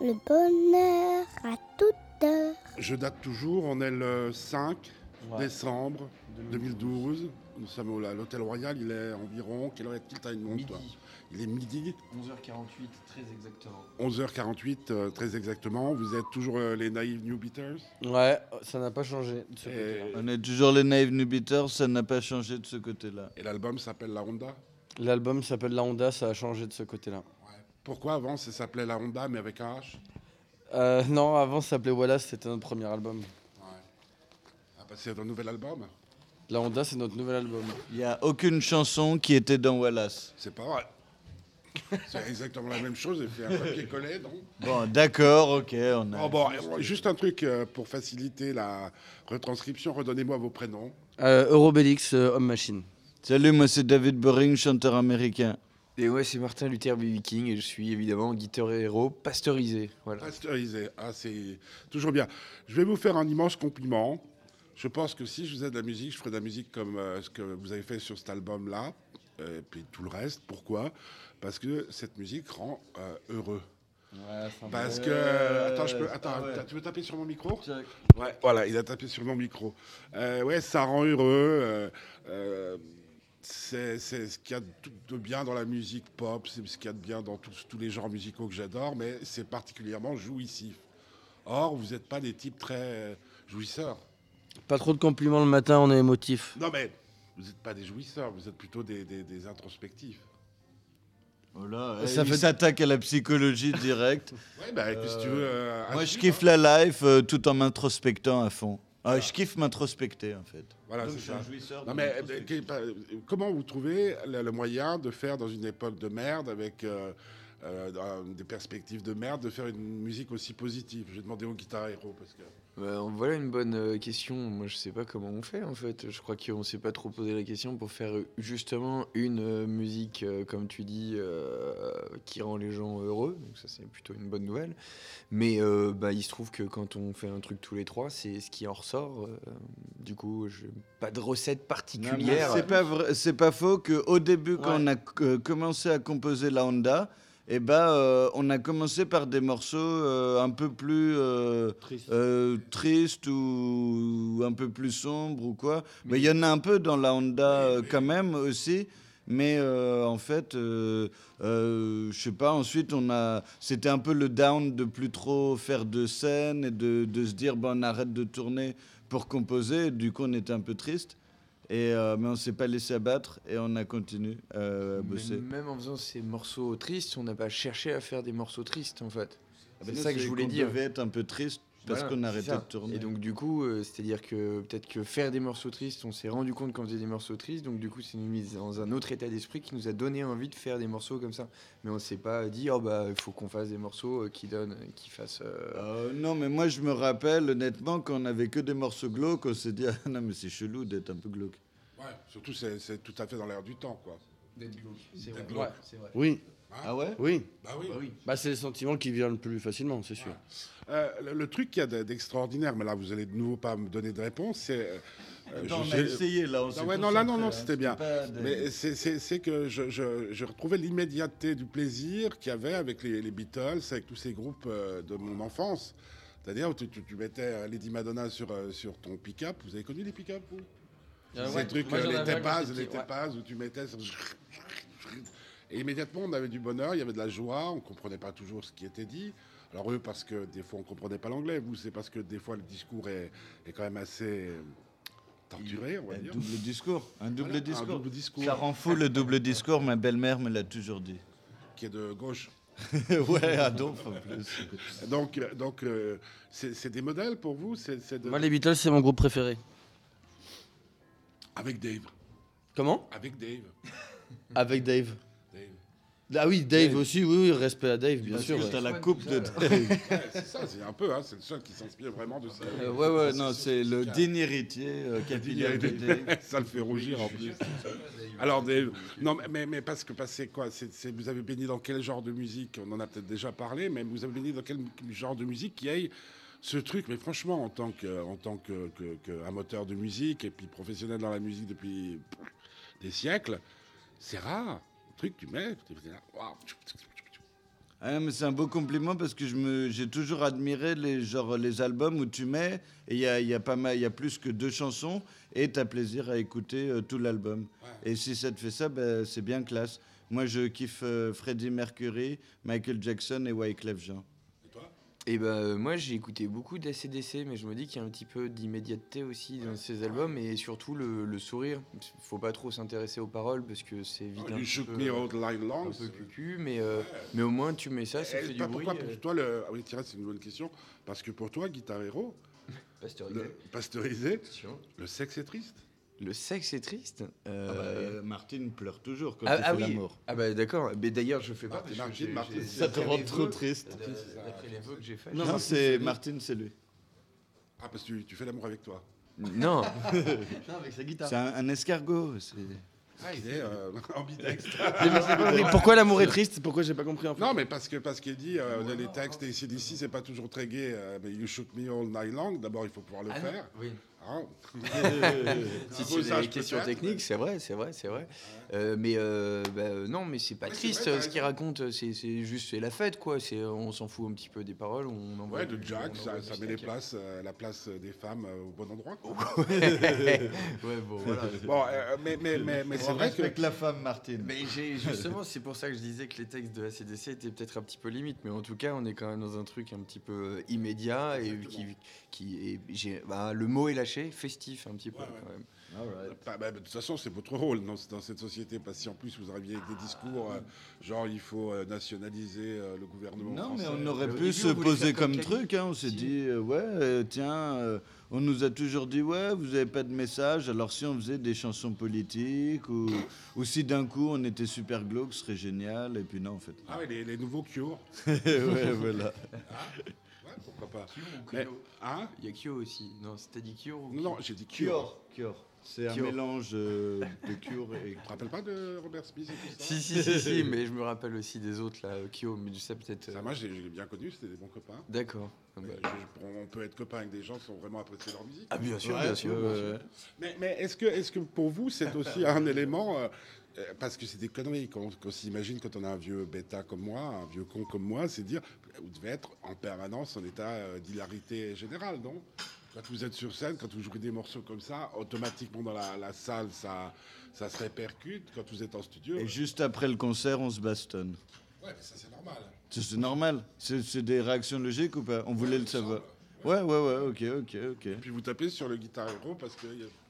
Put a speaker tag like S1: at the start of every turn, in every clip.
S1: Le bonheur à toute heure.
S2: Je date toujours, on est le 5
S3: Ouais. Mm.
S2: décembre 2012. Nous sommes au- à l'Hôtel Royal, il est environ, quelle heure est-il T'as une montre, toi
S3: Midi,
S2: Il est midi,
S3: 11h48, très exactement.
S2: 11h48 euh, très exactement. Vous êtes toujours euh, les Naive New Beaters
S4: Ouais, ça n'a pas changé de ce
S2: et,
S4: côté-là.
S5: On est toujours les Naive New Beaters, ça n'a pas changé de ce côté-là.
S2: et l'album s'appelle La Honda
S4: L'album s'appelle La Honda, ça a changé de ce côté-là.
S2: Pourquoi avant ça s'appelait La Honda mais avec un H
S4: Euh, non, avant ça s'appelait Wallace, c'était notre premier album.
S2: Ah bah, C'est un nouvel album
S4: La Honda, c'est notre nouvel album.
S5: Il n'y a aucune chanson qui était dans Wallace.
S2: C'est pas vrai. C'est exactement la même chose, j'ai fait un papier-collé, non
S5: Bon, d'accord, ok, on
S3: Bah,
S5: a...
S2: Oh, bon, et- Juste un truc euh, pour faciliter la retranscription, redonnez-moi vos prénoms.
S4: Euh, Eurobélix, euh, Homme Machine.
S5: Salut, moi c'est David Boring, chanteur américain.
S3: Et ouais, c'est Martin Luther B. King et je suis évidemment guitar héros pasteurisé. Voilà.
S2: Pasteurisé, ah, c'est toujours bien. Je vais vous faire un immense compliment. Je pense que si je faisais de la musique, je ferais de la musique comme euh, ce que vous avez fait sur cet album-là, euh, et puis tout le reste. Pourquoi Parce que cette musique rend euh, heureux. Parce que... Attends, je peux... Attends
S5: Euh, ah ouais.
S2: tu veux taper sur mon micro
S5: Check.
S2: Ouais, voilà, il a tapé sur mon micro. Euh, ouais, ça rend heureux. euh, euh, c'est c'est ce qu'il y a de, tout- de bien dans la musique pop, c'est ce qu'il y a de bien dans tous- tous les genres musicaux que j'adore, mais c'est particulièrement jouissif. Or, vous n'êtes pas des types très euh, jouisseurs.
S4: Pas trop de compliments le matin, on est émotif.
S2: Non, mais vous n'êtes pas des jouisseurs, vous êtes plutôt des, des- des introspectifs.
S5: Oh là,
S4: Ça
S5: ça
S4: fait-
S5: s'attaque à la psychologie directe.
S2: Ouais, bah, qu'est-ce que tu veux euh,
S5: moi je
S2: assume,
S5: kiffe
S2: hein.
S5: la life euh, tout en m'introspectant à fond. Ah, je kiffe m'introspecter en fait.
S2: Voilà, c'est ça.
S5: jouisseur.
S2: Non, mais euh, qu'est- pas- euh, comment vous trouvez le, le moyen de faire dans une époque de merde avec euh, euh, dans des perspectives de merde de faire une musique aussi positive J'ai demandé au guitar héros parce que
S3: Bah, voilà une bonne euh, question. Moi, je sais pas comment on fait en fait. Je crois qu'on s'est pas trop posé la question pour faire euh, justement une euh, musique, euh, comme tu dis, euh, qui rend les gens heureux. Donc, ça, c'est plutôt une bonne nouvelle. Mais euh, bah, il se trouve que quand on fait un truc tous les trois, c'est ce qui en ressort. euh, du coup, je... pas de recette particulière.
S5: C'est pas vrai- c'est pas faux que au début quand on a euh, commencé à composer la Honda, eh ben euh, on a commencé par des morceaux euh, un peu plus euh, euh, tristes ou un peu plus sombres ou quoi. Mais il y en a un peu dans la Honda euh, quand même aussi. Mais euh, en fait, euh, euh, je sais pas. Ensuite, on a, c'était un peu le down de plus trop faire de scène et de, de se dire bon, on arrête de tourner pour composer. Du coup, on était un peu triste. Et euh, mais on s'est pas laissé abattre et on a continué euh, à
S3: Mais
S5: bosser.
S3: même en faisant ces morceaux tristes, on n'a pas cherché à faire des morceaux tristes en fait.
S5: Ah ben
S3: C'est
S5: non,
S3: ça que je voulais
S5: qu'on
S3: dire.
S5: devait être un peu triste parce
S3: Voilà,
S5: qu'on
S3: c'est
S5: arrêtait
S3: ça.
S5: de tourner.
S3: Et donc du coup, euh, c'est-à-dire que peut-être que faire des morceaux tristes, on s'est rendu compte qu'on faisait des morceaux tristes, donc du coup, c'est nous mise dans un autre état d'esprit qui nous a donné envie de faire des morceaux comme ça. Mais on s'est pas dit oh bah il faut qu'on fasse des morceaux euh, qui donnent, qui fassent. euh,
S5: Euh, non, mais moi je me rappelle honnêtement qu'on avait que des morceaux glauques, on s'est dit ah non mais c'est chelou d'être un peu glauque.
S2: surtout c'est c'est tout à fait dans l'air du temps quoi.
S3: c'est
S2: vrai.
S4: Ouais. Oui,
S5: Ah ouais
S4: oui.
S2: Bah oui.
S4: Bah, c'est les sentiments qui viennent le plus facilement, c'est sûr.
S2: Euh, le, le truc qu'il y a de- d'extraordinaire, mais là vous allez de nouveau pas me donner de réponse, c'est euh, euh,
S5: Attends,
S2: je-
S5: on a
S2: j'ai-
S5: essayé là. On
S2: Ah
S5: s'est
S2: ouais, non, là, non,
S5: concentré,
S2: non,
S5: hein,
S2: c'était bien.
S5: pas des-
S2: Mais c'est- c'est c'est que je, je- je retrouvais l'immédiateté du plaisir qu'il y avait avec les, les Beatles, avec tous ces groupes euh, de mon enfance. C'est-à-dire, tu, tu, tu mettais euh, Lady Madonna sur, euh, sur ton pick-up. Vous avez connu les pick-up, vous Ces trucs, euh, les tapas, les tapas, où tu mettais... ça- Et immédiatement, on avait du bonheur, il y avait de la joie, on comprenait pas toujours ce qui était dit. Alors eux, parce que des fois, on comprenait pas l'anglais. Vous, c'est parce que des fois, le discours est, est quand même assez euh, torturé, on va
S5: Un
S2: dire.
S5: double discours, un double
S2: Voilà, un
S5: discours.
S2: double discours.
S5: Ça rend fou le double discours, ma belle-mère me l'a toujours dit.
S2: qui est de gauche.
S5: ouais, à donf en plus.
S2: Donc, euh, donc euh, c'est c'est des modèles pour vous c'est c'est de-
S4: Moi, les Beatles, c'est mon groupe préféré.
S2: Avec Dave.
S4: Comment
S2: Avec Dave.
S4: Avec Dave.
S2: Mm. Dave.
S4: Ah oui, Dave,
S3: Dave.
S4: aussi, oui, oui, respect à Dave, bien
S5: Parce
S4: sûr.
S5: que
S4: ouais.
S5: t'as la coupe de.
S2: Ouais, c'est ça, c'est un peu, hein, c'est le seul qui s'inspire vraiment de ça.
S5: Euh, ouais, ouais, non, c'est le digne héritier euh, capillaire de Dave.
S2: ça le fait rougir en plus. Alors, Dave, non, mais- mais, mais parce que parce que c'est quoi c'est c'est- Vous avez béni dans quel genre de musique On en a peut-être déjà parlé, mais vous avez béni dans quel genre de musique qui aille ce truc Mais franchement, en tant que en tant que, que- que amateur de musique et puis professionnel dans la musique depuis des siècles, c'est rare. Le truc, tu mets, tu fais là, waouh.
S5: Ah, mais c'est un beau compliment parce que je me- j'ai toujours admiré les, genre, les albums où tu mets, et il y a, il y a pas mal- il y a plus que deux chansons, et tu as plaisir à écouter euh, tout l'album. Et si ça te fait ça, ben, c'est bien classe. Moi, je kiffe euh, Freddie Mercury, Michael Jackson et Wyclef Jean.
S2: Et toi
S3: Et bah euh, moi j'ai écouté beaucoup d'ACDC mais je me dis qu'il y a un petit peu d'immédiateté aussi dans ces albums et surtout le, le sourire. Faut pas trop s'intéresser aux paroles parce que c'est vite
S2: Oh,
S3: un
S2: You
S3: petit
S2: shook
S3: peu,
S2: me
S3: euh,
S2: out like
S3: un
S2: long.
S3: peu cucu mais, euh, mais au moins tu mets ça, ça fait
S2: Et
S3: du
S2: Eh, pas
S3: bruit.
S2: pourquoi
S3: euh,
S2: pour toi le. Ah oui, tiens, c'est une bonne question. Parce que pour toi, Guitar Hero,
S3: pasteurisé.
S2: le pasteurisé,
S3: Attention.
S2: le sexe est triste.
S3: Le sexe est triste
S5: Ah bah,
S3: Euh,
S5: euh, Martine pleure toujours quand
S3: Ah,
S5: tu
S3: ah
S5: fais
S3: oui.
S5: l'amour.
S3: Ah bah d'accord. Mais d'ailleurs, je fais
S2: Ah,
S3: partie.
S2: mais
S3: je-
S2: Martine,
S3: j'ai-
S2: Martine,
S3: j'ai-
S2: c'est- Ça te
S3: d'après
S5: rend
S3: les
S5: trop
S3: vœux-
S5: triste.
S3: d'a-
S2: Martine, c'est ça.
S3: D'après les vœux que j'ai fait.
S5: Non,
S3: j'ai-
S5: c'est Martine, c'est lui.
S2: Ah, parce que tu, tu fais l'amour avec toi.
S3: Non.
S2: Ah,
S4: avec sa guitare.
S5: C'est un, un escargot. c'est-
S3: Ah,
S2: il est euh, ambidextre.
S4: Pourquoi l'amour est triste Pourquoi j'ai pas compris en fait
S2: Non, mais parce que parce qu'il dit euh, les textes des CDC, c'est pas toujours très gai. euh, mais you shook me all night long. D'abord, il faut pouvoir le
S3: Ah, non.
S2: faire.
S3: Oui.
S2: hein.
S3: Si
S2: Un
S3: c'est
S2: beau sage
S3: des questions
S2: peut-être,
S3: techniques, c'est vrai, c'est vrai, c'est vrai. Euh, mais euh, bah, euh, non, mais c'est pas
S2: Ouais, c'est
S3: triste
S2: vrai, t'as
S3: ce qu'il
S2: raison.
S3: raconte. euh, C'est c'est juste c'est la fête, quoi. C'est on s'en fout un petit peu des paroles. On
S2: mais-
S3: envoie
S2: Ouais, de
S3: du-
S2: Jack,
S3: on
S2: ça,
S3: envoie
S2: ça
S3: du
S2: met les
S3: steak.
S2: places, euh, la place des femmes euh, au bon endroit. quoi.
S3: ouais, bon, voilà.
S2: Bon, euh, mais mais mais, mais c'est
S5: On
S2: vrai que
S5: respecte la femme, Martine.
S3: Mais j'ai- justement, c'est pour ça que je disais que les textes de ACDC étaient peut-être un petit peu limites, mais en tout cas, on est quand même dans un truc un petit peu euh, immédiat et qui, qui et j'ai- bah, le mot est lâché, festif un petit peu
S2: Ouais, ouais.
S3: quand même.
S2: Bah, bah, de toute façon, c'est votre rôle dans, dans cette société, parce que si en plus vous arriviez avec des discours euh, genre il faut euh, nationaliser euh, le gouvernement
S5: Non, mais
S2: français.
S5: on aurait
S3: Au
S5: pu
S3: début,
S5: se
S3: on voulait
S5: poser
S3: faire comme
S5: comme
S3: Cali.
S5: truc. hein, On s'est
S3: Si.
S5: dit, euh, ouais, euh, tiens, euh, on nous a toujours dit, ouais, vous n'avez pas de message. Alors si on faisait des chansons politiques ou, ou si d'un coup on était super glauque, ce serait génial. Et puis non, en fait.
S2: Ah ouais, les, les nouveaux Cure.
S5: ouais, voilà.
S2: Ouais, pourquoi pas.
S3: Mais-
S2: Mais- Hein
S3: Il y a Kyo aussi. Non, c'était dit Kyo ou
S2: Non, non, j'ai dit Cure.
S5: Cure. Cure. C'est un
S3: Cure.
S5: mélange euh, de cure et.
S2: Tu te rappelles pas de Robert Smith et tout ça
S3: Si, si, si, si, mais je me rappelle aussi des autres, là, euh, Kyo, mais tu sais peut-être... euh,
S2: Ça, moi, j'ai j'ai bien connu, c'était des bons copains.
S3: D'accord. Ah bah,
S2: Euh, je- on peut être copain avec des gens qui ont vraiment apprécié leur musique.
S3: Ah, bien sûr,
S5: Ouais,
S3: bien sûr.
S5: ouais,
S3: bien
S5: ouais,
S3: sûr.
S5: ouais.
S2: Mais, mais est-ce que, est que pour vous, c'est aussi un élément. euh, euh, parce que c'est des conneries qu'on qu'on s'imagine quand on a un vieux bêta comme moi, un vieux con comme moi, c'est dire euh, vous devez être en permanence en état euh, d'hilarité générale, non Quand vous êtes sur scène, quand vous jouez des morceaux comme ça, automatiquement dans la, la salle, ça, ça se répercute. Quand vous êtes en studio, euh,
S5: Et juste après le concert, on se bastonne.
S2: ouais, mais ça c'est normal.
S5: C'est c'est normal. C'est c'est des réactions logiques ou pas On voulait le savoir. Ouais, ouais, ouais, ok, ok, ok.
S2: Et puis vous tapez sur le guitar hero parce que euh, y a-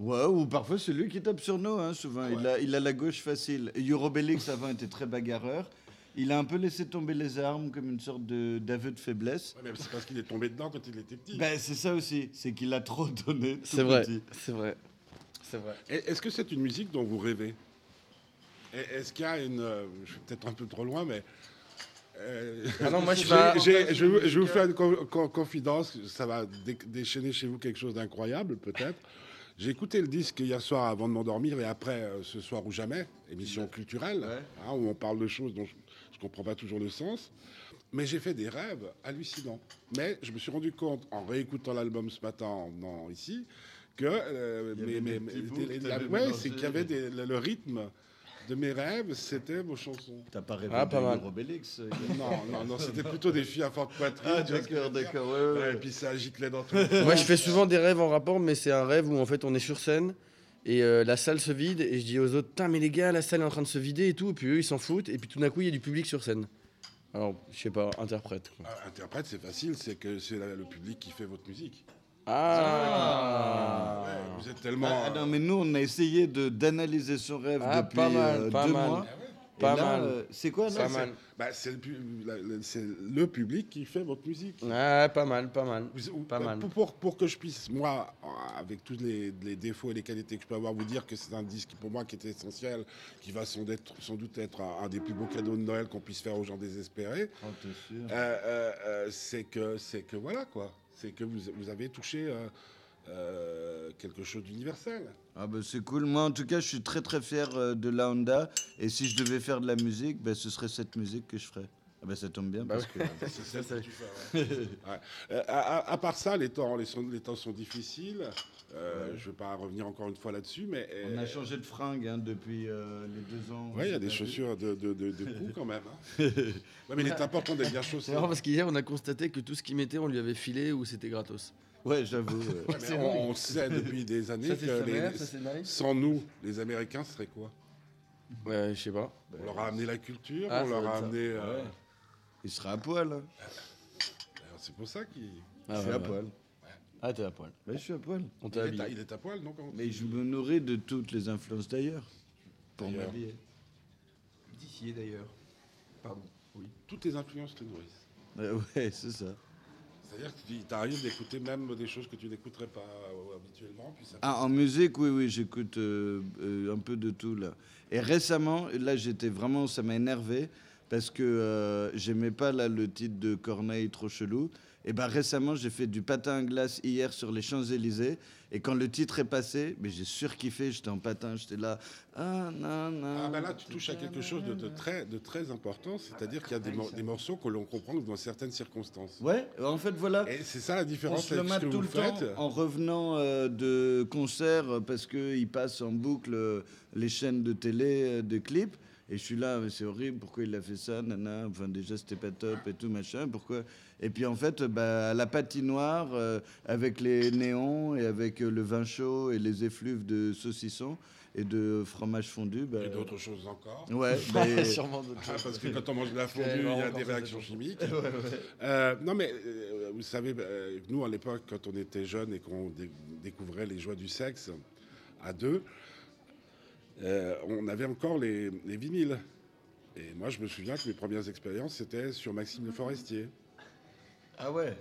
S5: Ouais, ou parfois c'est lui qui tape sur nous, hein, souvent.
S2: Ouais.
S5: Il, a, il a la gauche facile. Et Eurobélix avant était très bagarreur. Il a un peu laissé tomber les armes comme une sorte de- d'aveu de, faiblesse.
S2: Ouais, mais c'est parce qu'il est tombé dedans quand il était petit.
S5: Ben, c'est ça aussi, c'est qu'il a trop donné. tout
S4: C'est vrai,
S5: petit.
S4: c'est vrai. C'est vrai.
S2: Et Est-ce que c'est une musique dont vous rêvez Et Est-ce qu'il y a une. euh, Je suis peut-être un peu trop loin, mais. euh,
S4: Ah non, moi, je
S2: j'ai-
S4: suis pas-
S2: j'ai- je vais vous- je vais vous faire une con- con- confidence, ça va dé- déchaîner chez vous quelque chose d'incroyable, peut-être. J'ai écouté le disque hier soir avant de m'endormir et après euh, ce soir ou jamais, émission culturelle,
S5: Ouais.
S2: hein, où on parle de choses dont je ne comprends pas toujours le sens. Mais j'ai fait des rêves hallucinants. Mais je me suis rendu compte, en réécoutant l'album ce matin, en venant ici, que euh,
S5: Il y
S2: mes-
S5: avait des
S2: mes-
S5: petits
S2: mes-
S5: bouts
S2: des-
S5: que
S2: les-
S5: t'avais
S2: ouais,
S5: mélangés.
S2: c'est qu'il y avait des- le, le rythme de mes rêves, c'était vos chansons.
S5: T'as pas rêvé
S4: Ah,
S5: de
S4: pas mal.
S5: Eurobélix euh,
S2: Non, non, non, c'était plutôt des filles à forte poitrine.
S5: Ah,
S2: tu vois ce que je veux
S5: d'accord,
S2: dire
S5: d'accord, ouais, ouais,
S2: Ouais,
S5: ouais.
S2: et puis ça giclait dans tout. le
S4: Moi, je fais souvent des rêves en rapport, mais c'est un rêve où en fait on est sur scène et euh, la salle se vide et je dis aux autres, putain, mais les gars, la salle est en train de se vider et tout, et puis eux ils s'en foutent, et puis tout d'un coup il y a du public sur scène. Alors, je sais pas, interprète. quoi.
S2: Ah, Interprète, c'est facile, c'est que c'est la- le public qui fait votre musique.
S4: Ah,
S2: Ouais, vous êtes tellement. euh,
S5: Ah, ah, non, mais nous, on a essayé de- d'analyser son rêve
S4: Ah,
S5: depuis
S4: pas mal,
S5: euh,
S4: pas
S5: deux
S4: mal.
S5: mois. Et
S4: Pas
S5: là,
S4: mal.
S5: euh, c'est quoi, là
S4: Pas
S5: c'est-
S4: mal.
S2: Bah, c'est le, pu- la- le- c'est le public qui fait votre musique.
S4: Ah, pas mal, pas mal.
S2: Vous- vous-
S4: Pas
S2: bah,
S4: mal.
S2: Pour, pour, pour que je puisse, moi, avec tous les, les défauts et les qualités que je peux avoir, vous dire que c'est un disque pour moi qui est essentiel, qui va sans, d'être- sans doute être un, un des plus beaux cadeaux de Noël qu'on puisse faire aux gens désespérés,
S5: Oh, t'es sûr
S2: euh, euh, euh, c'est que, c'est que voilà quoi, c'est que vous, vous avez touché euh, euh, quelque chose d'universel.
S5: Ah bah c'est cool. Moi, en tout cas, je suis très très fier euh, de la Honda. Et si je devais faire de la musique, bah, ce serait cette musique que je ferais. Ah ben, ça tombe bien
S4: Bah
S5: parce
S2: C'est ça que tu fais, ouais. Ouais. Euh, à, à- à part ça, les temps, les, sont- les temps sont difficiles. Euh, Je ne vais pas revenir encore une fois là-dessus, mais
S5: qu'on a
S2: euh,
S5: changé de fringue hein, depuis euh, les deux ans.
S2: Ouais, il y a des
S5: T'as vu
S2: chaussures de, de, de, de cou quand même. hein. Ouais, mais il est important d'être bien chaussé.
S4: C'est marrant parce qu'hier, on a constaté que tout ce qu'il mettait, on lui avait filé ou c'était gratos.
S5: Ouais, j'avoue. ouais.
S2: Ouais, mais
S4: c'est vrai.
S2: on, on sait depuis des années que les-
S4: nice.
S2: sans nous, les Américains seraient quoi
S4: Ouais, je sais pas.
S2: On leur a amené la culture,
S4: Ben Ah,
S2: on
S4: ça
S2: leur
S4: doit
S2: a
S4: être ça.
S2: amené. euh,
S5: Ouais. Il sera à poil. hein.
S2: d'ailleurs, C'est pour ça qu'il
S5: je
S4: Ah,
S5: suis
S4: ouais,
S5: à
S4: ouais.
S5: poil.
S4: Ah, t'es à poil.
S5: Ouais, je suis à poil.
S4: On
S2: il
S4: t'a
S2: est, à-
S4: habillé.
S2: il est à poil, non quand-
S5: Mais je me nourris de toutes les influences d'ailleurs. Pour
S2: D'ailleurs.
S5: m'habiller.
S3: D'ici d'ailleurs. Pardon. Oui.
S2: Toutes les influences te nourrissent.
S5: Ouais, ouais, c'est ça.
S2: C'est-à-dire que tu t'arrives d'écouter même des choses que tu n'écouterais pas euh, habituellement. Puis ça...
S5: Ah, en musique, oui, oui, j'écoute euh, euh, un peu de tout là. Et récemment, là, j'étais vraiment, ça m'a énervé parce que euh, j'aimais pas là le titre de Corneille trop chelou. Et ben récemment, j'ai fait du patin à glace hier sur les Champs Élysées. Et quand le titre est passé, mais j'ai surkiffé. J'étais en patin, j'étais là. Ah non non.
S2: Ah, bah là, tu touches à quelque chose de, de très, de très important, c'est-à-dire qu'il y a
S4: Ah,
S2: des, mor- des morceaux que l'on comprend que dans certaines circonstances.
S5: Ouais, en fait voilà.
S2: Et c'est ça la
S5: On
S2: différence
S5: se le
S2: avec ce
S5: mate
S2: que
S5: tout
S2: vous
S5: le
S2: faites.
S5: temps en revenant euh, de concerts euh, parce qu'il passe en boucle euh, les chaînes de télé, euh, de clips. Et je suis là, mais c'est horrible, pourquoi il a fait ça, nana, enfin déjà c'était pas top et tout, machin, pourquoi Et puis en fait, euh, bah, à la patinoire, euh, avec les néons et avec euh, le vin chaud et les effluves de saucisson et de fromage fondu, bah,
S2: Et d'autres choses encore.
S5: Ouais, bah, et-
S3: Sûrement d'autres
S2: Ah,
S3: choses.
S2: parce que quand on mange de la fondue,
S3: Ouais,
S2: il y a
S3: encore
S2: des
S3: ça,
S2: réactions
S3: ça.
S2: chimiques. Euh, non, mais euh, vous savez, euh, nous, à l'époque, quand on était jeunes et qu'on dé- découvrait les joies du sexe à deux, euh, on avait encore les, les vinyles. Et moi, je me souviens que mes premières expériences, c'était sur Maxime Le Forestier.
S5: Ah ouais,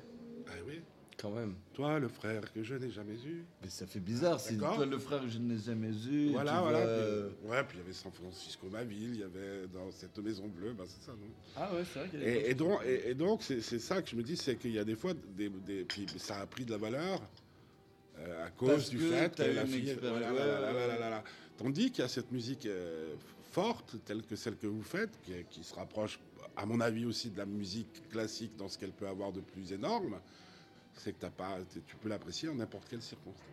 S2: Ah oui
S4: Quand même.
S2: Toi, le frère que je n'ai jamais eu.
S5: mais ça fait bizarre, c'est
S2: D'accord.
S5: toi le frère que je n'ai jamais eu. et
S2: Voilà,
S5: tu
S2: voilà.
S5: vois, euh,
S2: Puis, ouais, puis il y avait San Francisco, ma ville, il y avait dans cette maison bleue, bah, c'est ça, non
S4: Ah ouais, c'est vrai qu'il
S2: Et, et donc,
S5: euh,
S2: et, et donc c'est, c'est ça que je me dis, c'est qu'il y a des fois, des, des- puis ça a pris de la valeur euh, à cause
S5: Parce
S2: du
S5: que
S2: fait que
S5: t'as eu
S2: la
S5: une
S2: fille.
S5: expérience.
S2: voilà, là, là, là, là, là, là. Tandis qu'il y a cette musique euh, forte, telle que celle que vous faites, qui, qui se rapproche, à mon avis aussi, de la musique classique dans ce qu'elle peut avoir de plus énorme, c'est que t'as pas, t- tu peux l'apprécier en n'importe quelle circonstance.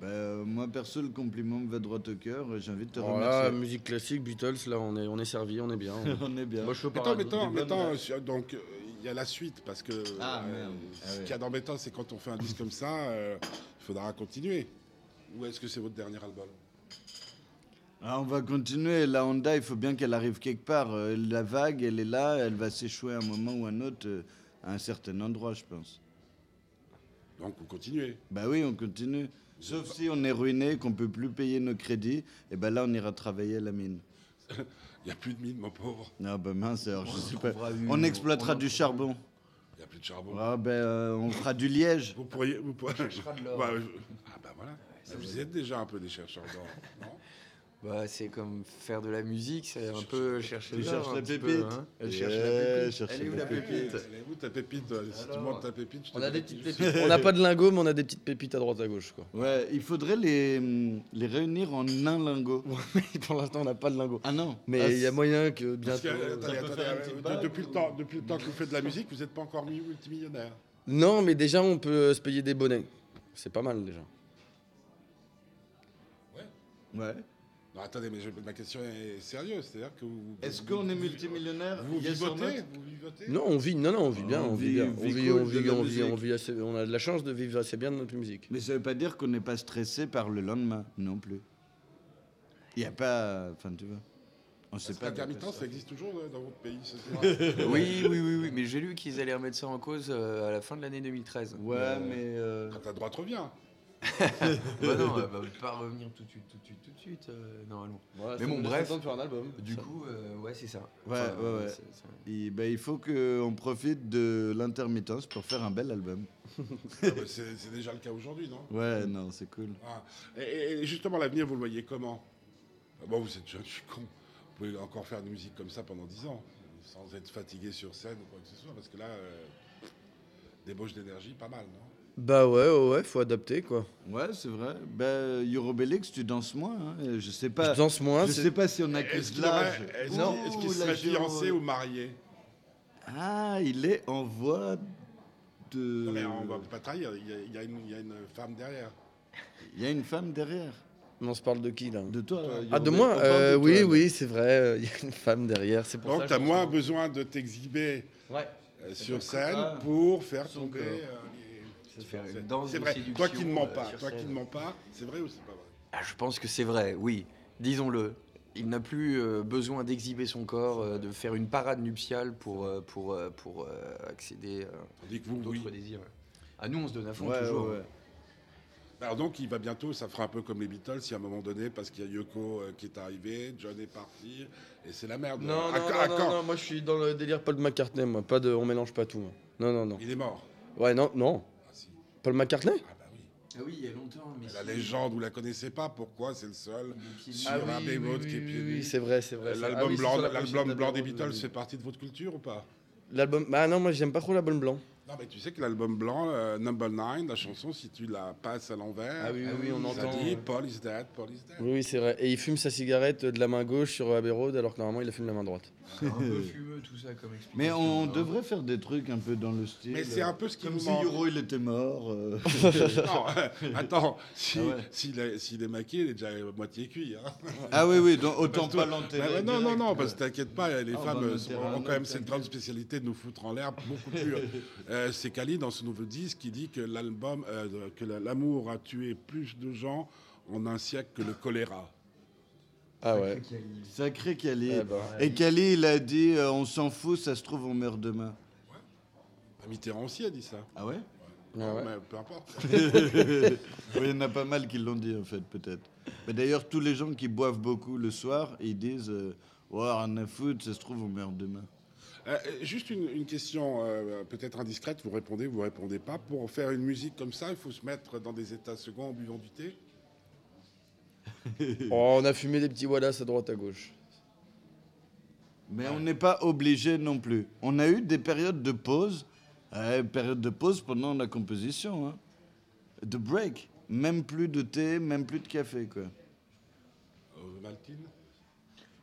S5: Bah, euh, moi, perso, le compliment me va droit au cœur. et J'ai envie de te
S4: Voilà,
S5: remercier.
S4: musique classique, Beatles, là, on est, on est servi, on est bien. on-
S5: On est bien.
S4: Moi, je suis au
S2: Mettons,
S4: paradis.
S2: mettons,
S5: des bonnes
S2: mettons,
S5: dates.
S2: sur- donc euh, il y a la suite parce que euh,
S5: Ah, merde. Ah
S2: ce
S5: ouais.
S2: qu'il y a d'embêtant c'est quand on fait un disque comme ça, euh, il faudra continuer. Ou est-ce que c'est votre dernier album
S5: Ah, on va continuer. La Honda, il faut bien qu'elle arrive quelque part. Euh, La vague, elle est là. Elle va s'échouer à un moment ou un autre, euh, à un certain endroit, je pense.
S2: Donc vous continuez.
S5: Bah oui, on continue. Sauf si on est ruiné, qu'on peut plus payer nos crédits. Et ben là, on ira travailler à la mine.
S2: Il n'y a plus de mine, mon pauvre.
S5: Non, bah mince, alors, je sais pas.
S3: trouvera une-
S5: On exploitera
S3: on en
S5: du charbon.
S2: Il n'y a plus de charbon.
S5: Ah, ben, euh, on fera du liège.
S2: Vous pourriez. Vous pourriez...
S3: cherchera de l'or.
S2: Bah, je- Ah bah voilà. Bah, vous êtes déjà un peu des chercheurs d'or. non
S3: Bah, c'est comme faire de la musique, c'est un peu chercher
S5: Tu
S3: de l'or
S5: cherches
S3: un
S5: la
S3: petit peu,
S5: pépite.
S3: hein. Elle
S5: Yeah,
S3: cherche la pépite.
S5: cherche
S3: Elle est où
S5: la
S3: la pépite
S2: Eh, elle est où ta pépite euh, Si tu
S3: Alors,
S2: montes ta pépite, je te
S4: On
S2: mets
S4: a des
S2: dessus.
S4: petites pépites. On n'a pas de lingots, mais on a des petites pépites à droite à gauche, quoi.
S5: Ouais, il faudrait les, hum, les réunir en un lingot.
S4: Pour l'instant, on n'a pas de lingots.
S5: Ah non.
S4: Mais il
S5: Ah,
S4: y a moyen que
S2: Parce
S4: bientôt.
S2: que, attendez,
S5: peut
S2: attendez,
S5: faire une
S2: euh,
S5: petite
S2: de-
S5: bague
S2: depuis,
S5: ou-
S2: le temps, depuis le temps que vous faites de la musique, vous n'êtes pas encore mi- multimillionnaire.
S4: Non, mais déjà, on peut euh, se payer des bonnets. C'est pas mal déjà.
S5: Ouais.
S2: Non, attendez, mais je- ma question est sérieuse. C'est-à-dire que vous.
S5: Est-ce
S2: vous-
S5: qu'on est
S2: vous-
S5: multimillionnaire
S2: Vous
S5: Yes or
S2: vivotez
S5: not
S2: Vous vivotez
S4: Non, on vit, non, non, on vit
S5: Ah,
S4: bien,
S5: on
S4: on
S5: vit-
S4: vit bien,
S5: on
S4: on
S5: vit
S4: vit,
S5: cool
S4: on
S5: de
S4: vit,
S5: la
S4: on vit, on
S5: musique.
S4: vit assez, on a de la chance de vivre assez bien de notre musique.
S5: Mais ça veut pas dire qu'on n'est pas stressé par le lendemain non plus. Il n'y a pas. Enfin, tu vois. On sait
S2: Parce
S5: pas.
S2: qu'intermittence, ça existe toujours euh, dans votre pays, ce soir.
S3: Oui, oui, oui, oui, mais j'ai lu qu'ils allaient remettre ça en cause euh, à la fin de l'année 2013.
S5: Ouais,
S3: Euh,
S5: mais. euh,
S2: Quand ta droite revient.
S3: Bah non, elle va pas revenir tout de suite, tout de suite, tout de suite, euh, normalement. Mais bon, bref.
S4: un album.
S3: Du coup, euh, ouais, c'est ça.
S5: Ouais, ouais, ouais.
S3: c'est- c'est-
S5: Il, bah, il faut qu'on profite de l'intermittence pour faire un bel album.
S2: Ah, mais C'est c'est déjà le cas aujourd'hui, non
S5: Ouais, non, c'est cool.
S2: Ah. et, et- et justement, l'avenir, vous le voyez comment Ah Bon, vous êtes jeune, je suis con. Vous pouvez encore faire de la musique comme ça pendant 10 ans, sans être fatigué sur scène ou quoi que ce soit, parce que là, euh, débauche d'énergie, pas mal, non
S4: Bah ouais, ouais, ouais, faut adapter quoi.
S5: Ouais, c'est vrai. Bah, Eurobelix, tu danses moins. hein, et Je sais pas.
S4: Je danse moins,
S5: je
S4: c'est-
S5: sais pas si on
S2: Est-ce
S5: accuse
S2: qu'il aurait-
S5: l'âge.
S2: est-ce qu'il
S5: Non,
S2: est-ce qu'il
S5: la
S2: serait
S5: géo-
S2: fiancé ou marié
S5: Ah, il est en voie de.
S2: Non, mais on va pas trahir, il y a, il y a une- il y a une femme derrière.
S5: Il y a une femme derrière.
S4: Mais on se parle de qui là
S5: De toi.
S4: Ah, de Oh,
S5: Jordan. On
S4: moi
S5: parle
S4: Euh,
S5: de toi,
S4: Oui,
S5: là.
S4: oui, c'est vrai. euh, Il y a une femme derrière. C'est pour ça.
S2: Donc,
S4: je
S2: tu as
S4: pense
S2: moins
S4: que-
S2: besoin de t'exhiber
S4: Ouais.
S2: euh, sur
S5: c'est
S2: scène
S4: ah,
S5: pas
S2: pour faire
S5: son
S2: tomber.
S5: corps.
S2: euh, les-
S3: C'est faire une
S2: C'est-
S3: danse
S2: C'est
S3: de
S2: vrai,
S3: séduction,
S2: toi qui ne mens
S3: euh,
S2: pas,
S3: sur
S2: toi qui
S3: scène.
S2: ne mens pas, c'est vrai ou c'est pas vrai
S3: Ah, je pense que c'est vrai, oui. Disons-le. Il n'a plus euh, besoin d'exhiber son corps, euh, de faire une parade nuptiale pour, euh, pour, euh, pour euh, accéder à
S2: Tandis que vous,
S3: d'autres
S2: oui.
S3: désirs. À nous, on se donne à fond
S5: Ouais,
S3: toujours. hein.
S5: ouais.
S2: Alors donc, il va bientôt, ça fera un peu comme les Beatles, si à un moment donné, parce qu'il y a Yoko euh, qui est arrivé, John est parti, et c'est la merde.
S4: Non,
S2: À
S4: non,
S2: quand- à
S4: non, non,
S2: quand
S4: non, moi je suis dans le délire Paul McCartney, moi. Pas de, on mélange pas tout. moi. Non, non, non.
S2: Il est mort.
S4: Ouais, non, non.
S2: Ah, si.
S4: Paul McCartney
S2: Ah bah oui.
S3: Ah oui, il y a longtemps. Mais
S2: La
S3: si-
S2: légende, vous la connaissez pas, pourquoi c'est le seul
S3: il est
S2: sur
S3: pied nu.
S2: un des autres qui est pied nu.
S4: c'est vrai, c'est vrai.
S2: Euh,
S4: c'est-
S2: L'album
S4: ah oui, c'est
S2: blanc,
S4: sur la pochette
S2: l'album
S4: de
S2: blanc des
S4: l'album,
S2: Beatles
S4: oui.
S2: fait partie de votre culture ou pas
S4: L'album. Bah non, moi j'aime pas trop l'album blanc.
S2: Non, mais tu sais que l'album blanc, euh, Number 9, la chanson, si tu la passes à l'envers,
S4: Ah oui, oui, on
S2: ça
S4: entend,
S2: dit
S4: ouais.
S2: Paul is dead, Paul is dead.
S4: Oui, oui, c'est vrai. Et il fume sa cigarette de la main gauche sur Abbey Road, alors que normalement il la fume de la main droite.
S3: C'est un peu fumeux tout ça comme explication.
S5: Mais on
S3: hein.
S5: devrait faire des trucs un peu dans le style.
S2: Mais c'est un peu ce qui
S5: Comme
S2: nous
S5: si
S2: manque.
S5: Yoro, il était mort. euh.
S2: Non, euh, attends, si-
S5: Ah ouais.
S2: s'il est- s'il est maquillé, il est déjà à moitié cuit. hein.
S5: ah oui, oui, donc autant
S2: Parce
S5: pas
S2: que-
S5: l'enterrer.
S2: Bah ouais, non, non,
S5: direct,
S2: non,
S5: quoi.
S2: parce que t'inquiète pas, les
S5: Ah, on va
S2: femmes
S5: mettre
S2: sont-
S5: un
S2: ont
S5: autre,
S2: quand même cette
S5: t'inquiète.
S2: grande spécialité de nous foutre en l'air beaucoup plus. euh, c'est Kali dans ce nouveau disque qui dit que l'album, euh, que la- l'amour a tué plus de gens en un siècle que le choléra.
S4: Ah ouais.
S5: Sacré Kali.
S4: Eh ben.
S5: Et Kali, il a dit euh, on s'en fout, ça se trouve, on meurt demain.
S2: Mitterrand aussi a dit ça.
S5: Ah ouais
S4: Ah ouais.
S2: Mais peu importe.
S5: Oui, il y en a pas mal qui l'ont dit, en fait, peut-être. Mais d'ailleurs, tous les gens qui boivent beaucoup le soir, ils disent euh, Ouais, rien à foutre, ça se trouve, on meurt demain.
S2: Euh, juste une, une question euh, peut-être indiscrète, vous répondez, vous répondez pas. Pour faire une musique comme ça, il faut se mettre dans des états seconds en buvant du thé.
S4: Oh, on a fumé des petits Wallace à droite à gauche.
S5: Mais on n'est pas obligé non plus. On a eu des périodes de pause, euh, période de pause pendant la composition, hein. de break. Même plus de thé, même plus de café, quoi.
S2: Euh, Maltine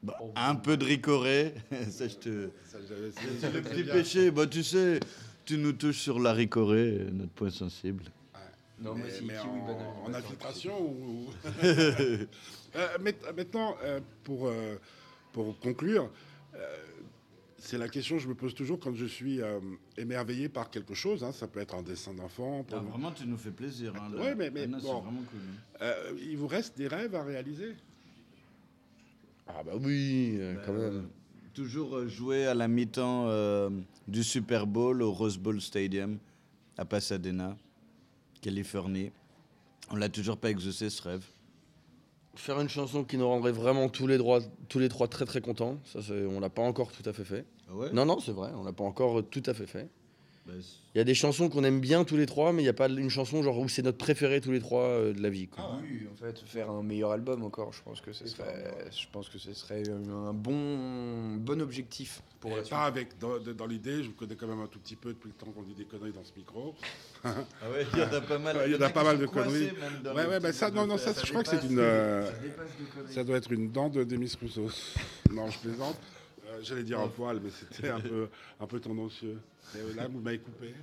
S5: Bah, un peu de ricoré, ça je te.
S2: Ça, j'avais-
S5: C'est le
S2: très
S5: petit
S2: bien.
S5: péché, bah tu sais, tu nous touches sur la ricoré, euh, notre point sensible.
S3: Non, mais,
S2: Mais-
S3: si,
S2: mais
S3: kiwi
S2: en,
S3: banane,
S2: en
S3: attends,
S2: infiltration ou... ou- Euh, mait- Maintenant, euh, pour, euh, pour conclure, euh, c'est la question que je me pose toujours quand je suis euh, émerveillé par quelque chose. hein. ça peut être un dessin d'enfant. pour-
S5: Ah, vraiment, tu nous fais plaisir. Hein, là.
S2: Ouais, mais- mais
S5: Anna, c'est
S2: bon.
S5: vraiment cool. hein.
S2: Euh, il vous reste des rêves à réaliser
S4: Ah bah oui, euh, quand
S5: Euh,
S4: même.
S5: toujours euh, jouer à la mi-temps euh, du Super Bowl au Rose Bowl Stadium à Pasadena, Californie. On l'a toujours pas exaucé ce rêve.
S4: Faire une chanson qui nous rendrait vraiment tous les, droits, tous les trois très très contents. Ça, c'est- on l'a pas encore tout à fait fait.
S5: ouais
S4: Non, non, c'est vrai, on l'a pas encore euh, tout à fait fait.
S5: Bah,
S4: Il y a des chansons qu'on aime bien tous les trois, mais il n'y a pas une chanson genre où c'est notre préféré tous les trois euh, de la vie. quoi.
S3: Ah oui, en fait, faire un meilleur album encore, je pense que ce serait, je pense que ce serait un bon, bon objectif pour la suite.
S2: Pas avec, dans, de- dans l'idée, je vous connais quand même un tout petit peu depuis le temps qu'on dit des conneries dans ce micro.
S5: Ah ouais, il y en a pas mal.
S2: Ouais, il y en a
S5: qui
S2: pas mal
S5: sont
S2: de
S5: coincés
S2: conneries.
S5: même dans
S2: Ouais,
S5: les
S2: ouais,
S5: petits
S2: bah ça,
S5: groupes
S2: non,
S5: de
S2: non, ça,
S5: fans.
S2: je crois que c'est une. euh, Ça doit être une dent de Demis Rousseau. Non, je plaisante. Euh, J'allais dire un poil, mais c'était un peu, un peu tendancieux. Mais euh, là, vous m'avez coupé.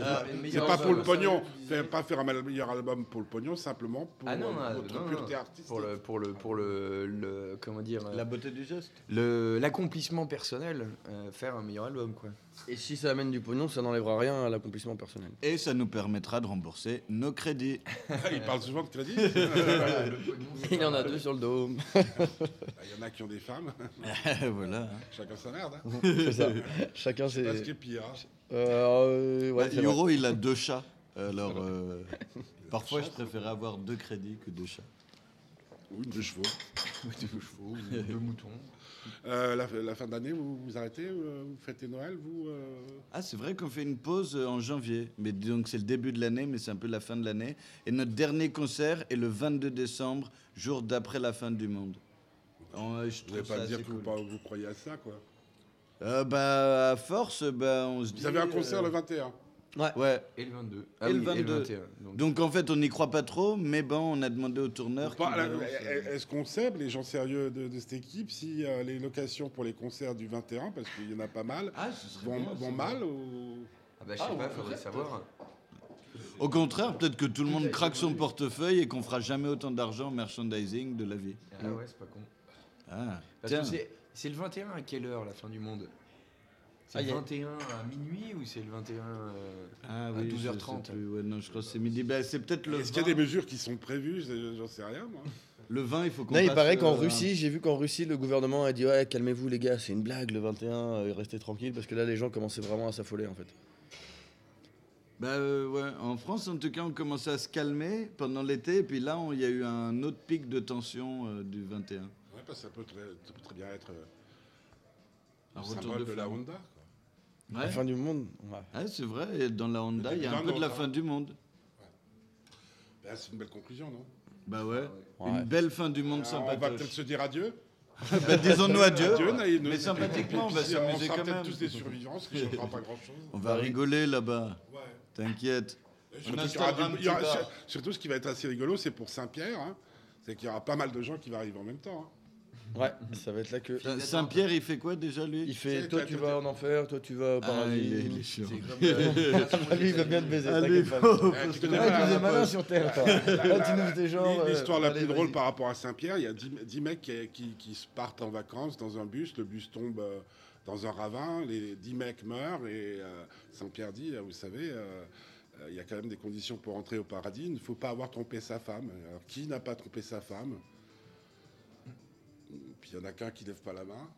S5: Ah,
S2: C'est pas pour le pognon. Faire- pas faire un meilleur album pour le pognon, simplement pour
S3: Ah non,
S2: euh,
S3: ah,
S2: votre
S3: non,
S2: pureté
S3: non.
S2: artistique.
S3: Pour le, pour le, pour le, le- comment dire, euh,
S5: La beauté du geste.
S3: le l'accomplissement personnel, euh, faire un meilleur album, quoi.
S4: Et si ça amène du pognon, ça n'enlèvera rien à l'accomplissement personnel.
S5: Et ça nous permettra de rembourser nos crédits.
S2: Il parle souvent de crédit.
S4: Il en a deux sur le dos.
S2: Il y en a qui ont des femmes.
S5: voilà.
S2: Chacun sa merde. Hein.
S4: C'est ça. Chacun ses.
S2: Parce que pire. hein.
S4: Euh, euh, ouais,
S5: Bah,
S4: c'est vrai.
S5: Euro, il a deux chats. Alors, euh, parfois, je préférais avoir deux crédits que deux chats.
S2: Ou deux chevaux.
S3: Deux chevaux, deux moutons.
S2: Euh, la, la fin d'année, vous vous arrêtez euh, Vous fêtez Noël Vous. euh,
S5: Ah, c'est vrai qu'on fait une pause euh, en janvier. Mais donc, c'est le début de l'année, mais c'est un peu la fin de l'année. Et notre dernier concert est le 22 décembre, jour d'après la fin du monde. En, euh, je
S2: Vous ne
S5: trouve
S2: pas
S5: ça
S2: me dire
S5: assez
S2: que vous,
S5: cool.
S2: pas- vous croyez à ça, quoi.
S5: Euh, bah, à force, bah, on se dit.
S2: Vous avez un concert le
S5: euh,
S2: 21.
S5: Ouais.
S3: Et le 22.
S5: Et le
S3: Ah oui,
S5: 22.
S3: 21, donc.
S5: Donc en fait, on n'y croit pas trop, mais bon, on a demandé au tourneur.
S2: Pas-
S5: qu'il
S2: alors,
S5: balance, euh,
S2: Est-ce qu'on sait, les gens sérieux de, de cette équipe, si euh, les locations pour les concerts du 21, parce qu'il y en a pas mal,
S5: Ah, ce serait
S2: vont,
S5: bien,
S2: vont
S5: ça.
S2: mal ou...
S3: Ah bah je sais pas, faudrait savoir.
S5: Au contraire, peut-être que tout le monde craque son portefeuille et qu'on fera jamais autant d'argent en merchandising de la vie.
S3: Ah ouais, c'est pas con.
S5: Ah,
S3: Parce
S5: tiens.
S3: que c'est- c'est le 21 à quelle heure la fin du monde C'est
S4: Ah, y
S3: le
S4: a-
S3: 21 à minuit ou c'est le 21 euh,
S5: Ah
S3: à
S5: oui,
S3: 12h30
S5: je sais plus. Ouais, non, je crois que c'est midi. Bah, c'est peut-être le.
S2: Est-ce qu'il y a
S5: 20.
S2: des mesures qui sont prévues Je- J'en sais rien, moi.
S5: Le 20, il faut qu'on.
S4: Là, il
S5: passe,
S4: paraît qu'en
S5: euh,
S4: Russie, j'ai vu qu'en Russie, le gouvernement a dit Ouais, calmez-vous, les gars, c'est une blague le 21, euh, restez tranquille, parce que là, les gens commençaient vraiment à s'affoler en fait.
S5: Bah euh, ouais, en France en tout cas, on commençait à se calmer pendant l'été, et puis là, on- il y a eu un autre pic de tension euh, du 21.
S2: Ouais, parce que ça peut très, ça peut très bien être euh,
S5: Un
S2: le
S5: retour
S2: symbole
S5: de
S2: de, la
S5: flamme.
S2: Honda. quoi.
S5: Ouais,
S4: La fin du monde ouais.
S5: Ouais, c'est vrai, et dans la Honda, il y a un
S2: Depuis
S5: peu de la
S2: 20 ans,
S5: fin
S2: ça.
S5: du monde.
S2: Bah, c'est une belle conclusion, non
S5: Bah ouais,
S4: Ouais.
S5: une belle fin du monde
S2: Ah, On va peut-être
S5: sympathique.
S2: se dire adieu.
S5: Bah, Disons-nous adieu.
S2: Adieu, Naïd.
S5: Mais sympathiquement, on va
S2: Puis, euh,
S5: s'amuser
S2: sera
S5: quand
S2: peut-être
S5: même.
S2: tous des survivants, ce qui ne changera pas grand-chose.
S5: On va rigoler là-bas,
S2: Ouais.
S5: t'inquiète.
S2: Et surtout, il y
S5: installera
S2: aura du-
S5: un
S2: il y aura-
S5: petit bar.
S2: sur- surtout, ce qui va être assez rigolo, c'est pour Saint-Pierre. hein, C'est qu'il y aura pas mal de gens qui vont arriver en même temps. hein.
S4: Ouais, ça va être là que.
S5: Putain, Saint-Pierre, il fait quoi déjà lui
S4: Il fait
S2: C'est-
S4: Toi, tu vas en enfer, toi, tu vas au
S5: Ah, il est-
S4: paradis.
S5: il est chiant.
S3: C'est comme, euh,
S4: Ah, Lui, il va bien te baiser,
S5: Ah, lui,
S4: t'inquiète pas.
S5: faut-
S2: Eh, tu connais
S4: Là,
S2: pas
S4: tu
S2: la-
S4: faisais malin sur Terre, toi. Là, tu nous faisais genre. euh,
S2: L'histoire la
S4: allez,
S2: plus
S4: vas-y.
S2: drôle par rapport à Saint-Pierre, il y a 10, mecs qui, qui- qui se partent en vacances dans un bus, le bus tombe euh, dans un ravin, les 10 mecs meurent et euh, Saint-Pierre dit, euh, vous savez, euh, euh, il y a quand même des conditions pour entrer au paradis, il ne faut pas avoir trompé sa femme. Alors qui n'a pas trompé sa femme Puis il y en a qu'un qui lève pas la main.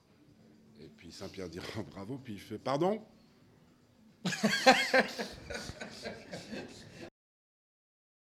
S2: Et puis Saint-Pierre dit Oh, bravo, puis il fait pardon.